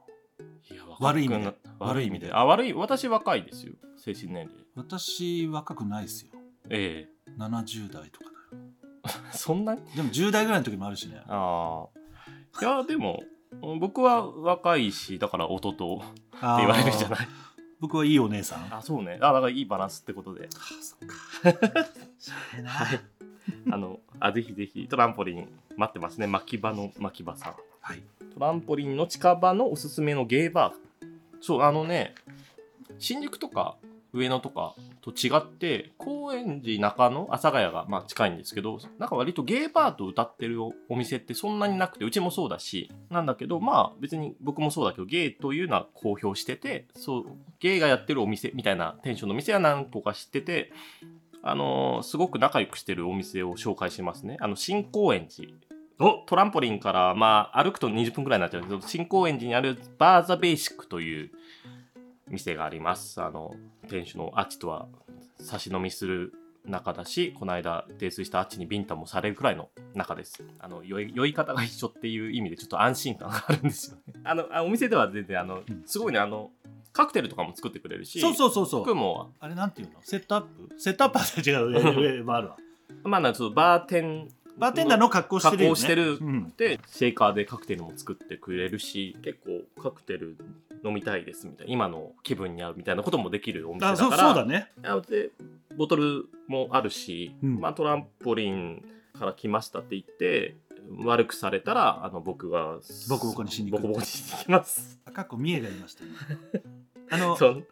Speaker 1: いや
Speaker 2: 悪い意味で
Speaker 1: 悪い意味であ悪い私若いですよ精神年齢
Speaker 2: 私若くないですよ。
Speaker 1: え
Speaker 2: 70代とかだよ。
Speaker 1: え そんなに
Speaker 2: でも10代ぐらいの時もあるしね。
Speaker 1: ああいやでも僕は若いしだから弟って
Speaker 2: あー
Speaker 1: 言われるじゃない
Speaker 2: 僕はいいお姉さん。
Speaker 1: あそうねあだからいいバランスってことで
Speaker 2: そっか。しゃ れ な。
Speaker 1: はいあのあぜひぜひトランポリン待ってますね牧場の牧場さん
Speaker 2: はい。
Speaker 1: トランポリンの近場のおすすめのゲイバーそうあのね新宿とか上野とかと違って高円寺中野阿佐ヶ谷がまあ近いんですけどなんか割とゲイバーと歌ってるお店ってそんなになくてうちもそうだしなんだけどまあ別に僕もそうだけどゲイというのは公表しててそうゲイがやってるお店みたいなテンションの店は何個か知っててあのーすごく仲良くしてるお店を紹介しますねあの新高円寺
Speaker 2: お
Speaker 1: トランポリンから、まあ、歩くと20分くらいになっちゃうんですけど、新高円寺にあるバーザベーシックという店があります。あの、店主のアチとは差し飲みする仲だし、この間泥酔したアチにビンタもされるくらいの仲です。あの、酔い酔い方が一緒っていう意味でちょっと安心感があるんですよね。あの、あお店では全然、あの
Speaker 2: うん、
Speaker 1: すごいね、あの、カクテルとかも作ってくれるし、
Speaker 2: そうそうそうそ
Speaker 1: 服
Speaker 2: う。
Speaker 1: も
Speaker 2: あれなんていうのセットアップセットアップは違う上上もあるわ。
Speaker 1: まあ、なんかちょっとバーテン、
Speaker 2: バーテンダーの格好してるよ、ね。
Speaker 1: 格好してる
Speaker 2: うん。
Speaker 1: でシェイカーでカクテルも作ってくれるし結構カクテル飲みたいですみたいな今の気分に合うみたいなこともできるお店だ
Speaker 2: あそ
Speaker 1: か
Speaker 2: うそう
Speaker 1: ら
Speaker 2: だね。
Speaker 1: なのでボトルもあるし、
Speaker 2: うん
Speaker 1: まあ、トランポリンから来ましたって言って悪くされたらあの僕が
Speaker 2: ボコボコにしに
Speaker 1: ボ
Speaker 2: 行く
Speaker 1: コボコにしに行きます
Speaker 2: 過去三重がいました、ね。あ の
Speaker 1: そう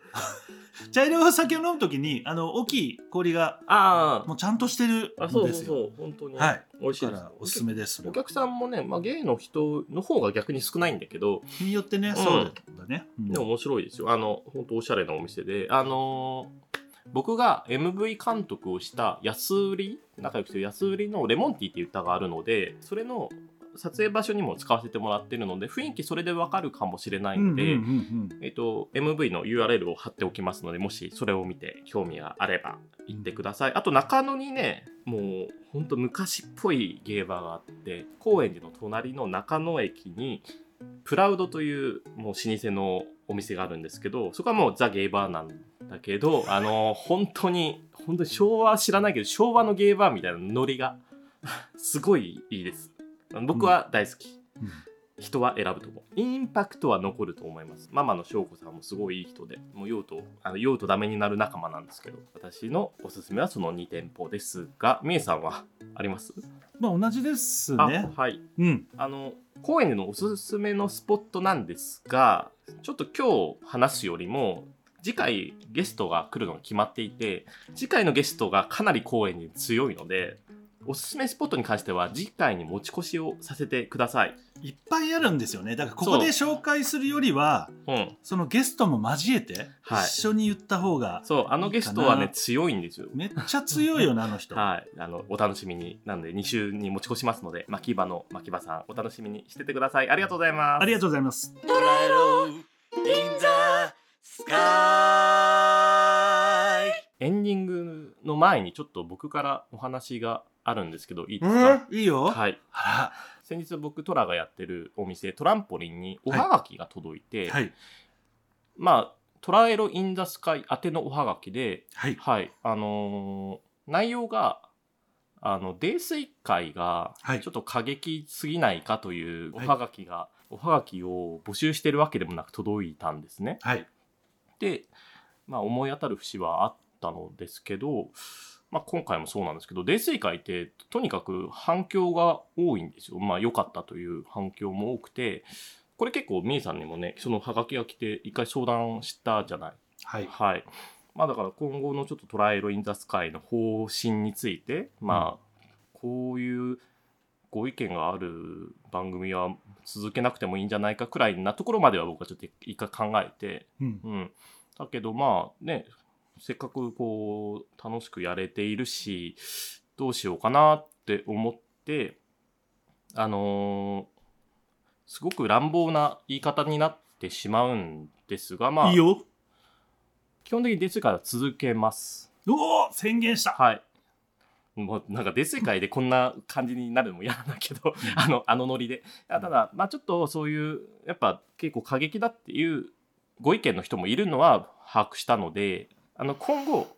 Speaker 2: 茶色いお酒を飲むときにあの大きい氷が
Speaker 1: あ
Speaker 2: もうちゃんとしてる
Speaker 1: ああ
Speaker 2: ん
Speaker 1: そう
Speaker 2: で
Speaker 1: そう
Speaker 2: す
Speaker 1: そ
Speaker 2: よ。
Speaker 1: う本当に、
Speaker 2: はい、
Speaker 1: 美味しい
Speaker 2: だ
Speaker 1: で
Speaker 2: か
Speaker 1: す
Speaker 2: らおすすめです。それ
Speaker 1: お
Speaker 2: は
Speaker 1: 客さんもね、まあ、芸の人の方が逆に少ないんだけど、
Speaker 2: 日によってね、
Speaker 1: ん
Speaker 2: そうだね。うん
Speaker 1: でも面白いですよ。あの、本当おしゃれなお店で、あのー僕が MV 監督をした安売り、仲良くしてる安売りのレモンティーっていう歌があるので、それの撮影場所にも使わせてもらってるので、雰囲気それでわかるかもしれない
Speaker 2: うんう
Speaker 1: の
Speaker 2: ん
Speaker 1: で、
Speaker 2: うん
Speaker 1: えっと、MV の URL を貼っておきますので、もしそれを見て興味があれば行ってください。あと中野にね、もうほんと昔っぽいゲーバーがあって、高円寺の隣の中野駅に、プラウドというもう老舗のお店があるんですけど、そこはもうザ・ゲーバーなんだけど、あの、本当に、本当に昭和知らないけど、昭和のゲーバーみたいなノリが、すごいいいです。僕は大好き。
Speaker 2: うんうん
Speaker 1: 人は選ぶと思うインパクトは残ると思いますママの翔子さんもすごいいい人でもう用途あの用途ダメになる仲間なんですけど私のおすすめはその2店舗ですがみえさんはあります、
Speaker 2: まあ同じです
Speaker 1: あ
Speaker 2: ね。
Speaker 1: はい
Speaker 2: うん。
Speaker 1: あの高円寺のおすすめのスポットなんですがちょっと今日話すよりも次回ゲストが来るのが決まっていて次回のゲストがかなり高円寺に強いのでおすすめスポットに関しては次回に持ち越しをさせてください
Speaker 2: いっぱいあるんですよね。だからここで紹介するよりは、
Speaker 1: うん
Speaker 2: そのゲストも交えて
Speaker 1: はい
Speaker 2: 一緒に言った方が、
Speaker 1: そう、あのゲストはい
Speaker 2: い
Speaker 1: ね
Speaker 2: か、な
Speaker 1: 強いんですよ。
Speaker 2: めっちゃ強いよね、あの人。
Speaker 1: はい、あのお楽しみに。なので、2週に持ち越しますので、牧場の牧場さん、お楽しみにしててください。ありがとうございます。
Speaker 2: ありがとうございます。
Speaker 3: 捉えろ銀座スカイ
Speaker 1: エンディングの前に、ちょっと僕からお話があるんですけど、いいですか、
Speaker 2: うんいいよ。
Speaker 1: はい。
Speaker 2: あ
Speaker 1: 先日僕、トラがやってるお店、トランポリンにおはがきが届いて、
Speaker 2: ら。はい。
Speaker 1: まあ、トラエロ・イン・ザ・スカイ宛てのおはがきで、
Speaker 2: はい。
Speaker 1: はい、あのー内容が、あの、泥酔会が
Speaker 2: はい、
Speaker 1: ちょっと過激すぎないかというおはがきが、おはがきを募集してるわけでもなく届いたんですね。
Speaker 2: はい。
Speaker 1: で、まあ、思い当たる節はあったのですけど、まあ、今回もそうなんですけど、泥酔会って、とにかく反響が多いんですよ。まあ、良かったという反響も多くて、これ結構、みえさんにもね、そのハガキが来て、一回相談したじゃない。
Speaker 2: はい。
Speaker 1: はい。まあだから今後のちょっとトライアル・イン・ザ・スカイの方針について、まあ、こういうご意見がある番組は続けなくてもいいんじゃないかくらいなところまでは僕はちょっと一回考えて、
Speaker 2: うん。
Speaker 1: うん。だけどまあね、せっかくこう、楽しくやれているし、どうしようかなって思って、あのーすごく乱暴な言い方になってしまうんですが、まあ、
Speaker 2: いいよ。
Speaker 1: 基本的に月から続けます。
Speaker 2: おお宣言した
Speaker 1: はい。もうなんか月界でこんな感じになるのも嫌なんだけど、あの、あのノリで。あただ、まあちょっとそういう、やっぱ結構過激だっていうご意見の人もいるのは把握したので、あの、今後、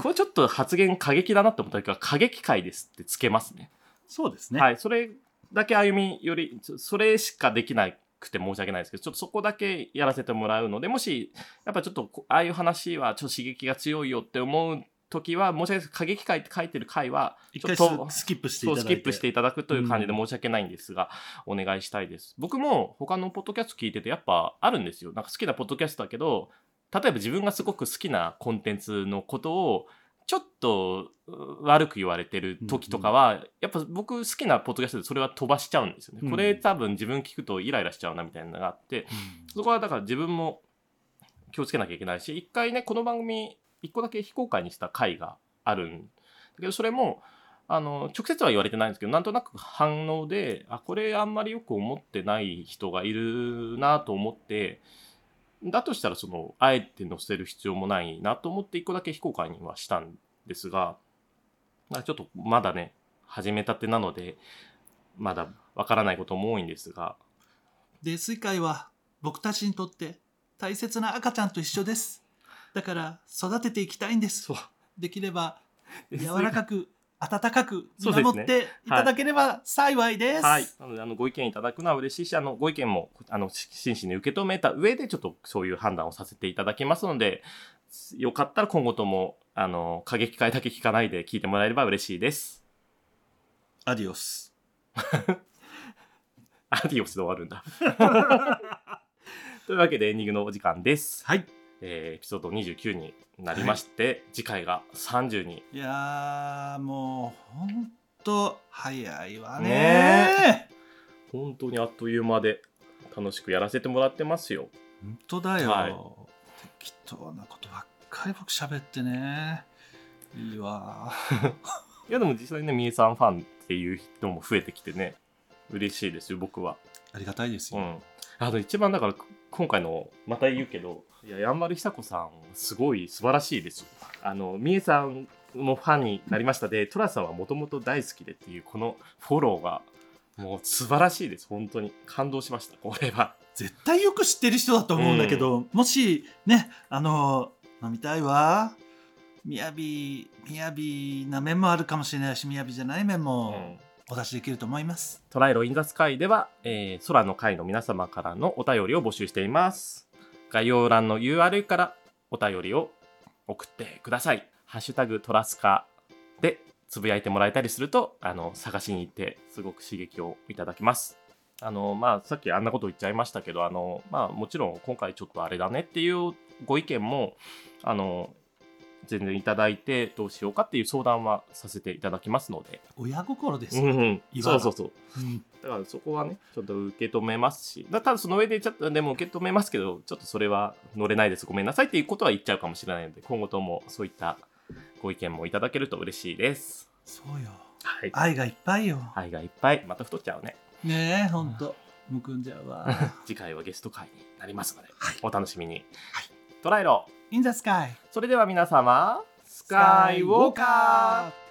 Speaker 1: これちょっと発言過激だなって思った時は、過激界ですってつけますね。
Speaker 2: そうですね、
Speaker 1: はい、それだけ歩みより、そそれしかできなくて申し訳ないですけど、ちょっとそこだけやらせてもらうので、もし、やっぱちょっとこ、ああいう話はちょっと刺激が強いよって思う時は、申し訳ないです。過激会って書いてる回は、
Speaker 2: 一
Speaker 1: ちょ
Speaker 2: 回
Speaker 1: っ
Speaker 2: ス
Speaker 1: と、
Speaker 2: スキップしてい
Speaker 1: そう、
Speaker 2: ただい
Speaker 1: ス
Speaker 2: て
Speaker 1: キップしていただくという感じで
Speaker 2: うん
Speaker 1: 申し訳ないんですが、お願いしたいです。僕も他のポッドキャスト聞いてて、やっぱあるんですよ。なんか好きなポッドキャストだけど、例えば自分がすごく好きなコンテンツのことを、ちょっとう悪く言われてる時とかは、やっぱ僕好きなポッドキャストでそれは飛ばしちゃうんですよね。
Speaker 2: うん
Speaker 1: これ多分自分聞くとイライラしちゃうなみたいなのがあって、そこはだから自分も気をつけなきゃいけないし、一回ね、この番組、一個だけ非公開にした回があるんだけど、それも、あの、直接は言われてないんですけど、なんとなく反応で、あ、これあんまりよく思ってない人がいるなと思って、だとしたら、その、あえて載せる必要もないなと思って、一個だけ非公開にはしたんですが、まあちょっとまだね、始めたてなので、まだわからないことも多いんですが、
Speaker 2: 泥酔会は僕たちにとって大切な赤ちゃんと一緒ですだから育てていきたいんです
Speaker 1: そう。
Speaker 2: できれば柔らかく温かく
Speaker 1: そうで
Speaker 2: 見
Speaker 1: すね
Speaker 2: 守っていただければ幸いです
Speaker 1: はい。なので、あの、ご意見いただくのは嬉しいし、あの、ご意見も、あの、し真摯に受け止めた上で、ちょっとそういう判断をさせていただきますので、よかったら今後とも、あの、過激会だけ聞かないで聞いてもらえれば嬉しいです。
Speaker 2: アディオス
Speaker 1: アディオスで終わ るんだ。というわけで、エンディングのお時間です。
Speaker 2: はい
Speaker 1: えーエピソード29になりまして、次回が30に。
Speaker 2: いやーもうほんと早いわね
Speaker 1: ね本当にあっという間で、楽しくやらせてもらってますよ。
Speaker 2: ほんとだよ、
Speaker 1: はい
Speaker 2: 適当なことばっかり僕喋ってねいいわ
Speaker 1: いやでも実際ね、みえさんファンっていう人も増えてきてね、嬉しいですよ、僕は。
Speaker 2: ありがたいです
Speaker 1: う
Speaker 2: よ、
Speaker 1: ん。あの、一番だから、こ今回の、また言うけど、いや、やんばるひさこさん、すごい素晴らしいですよ。あの、みえさんもファンになりましたで、トラさんはもともと大好きでっていう、このフォローが、もう素晴らしいです、本当に。感動しました、これは。
Speaker 2: 絶対よく知ってる人だと思うんだけど、もしねあの飲みたいわみやびみやびな面もあるかもしれないしみやびじゃない面
Speaker 1: う
Speaker 2: も。お出しできると思います、
Speaker 1: トライロインザスカイでは、えー空の会の皆様からのお便りを募集しています。概要欄の URL からお便りを送ってください。ハッシュタグトラスカでつぶやいてもらえたりすると、あの、探しに行ってすごく刺激をいただきます。あの、まあ、さっきあんなこと言っちゃいましたけど、あの、まあ、もちろん今回ちょっとあれだねっていうご意見も、あの、全然いただいてどうしようかっていう相談はさせていただきますので。
Speaker 2: 親心ですよ、
Speaker 1: ん、
Speaker 2: いわ
Speaker 1: そ
Speaker 2: ば
Speaker 1: うそうそう。
Speaker 2: うん
Speaker 1: だからそこはね、ちょっと受け止めますし、だただその上で、ちょっとでも受け止めますけど、ちょっとそれは乗れないです、ごめんなさいっていうことは言っちゃうかもしれないので、今後ともそういったご意見もいただけると嬉しいです。
Speaker 2: そうよ
Speaker 1: はい。
Speaker 2: 愛がいっぱいよ、
Speaker 1: 愛がいっぱい、また太っちゃうね。
Speaker 2: ねえほんとむくんじゃうわ
Speaker 1: 次回はゲスト会になりますので、お楽しみに。トライロ
Speaker 2: インザスカイ
Speaker 1: それでは皆様、スカイウォーカー
Speaker 2: ー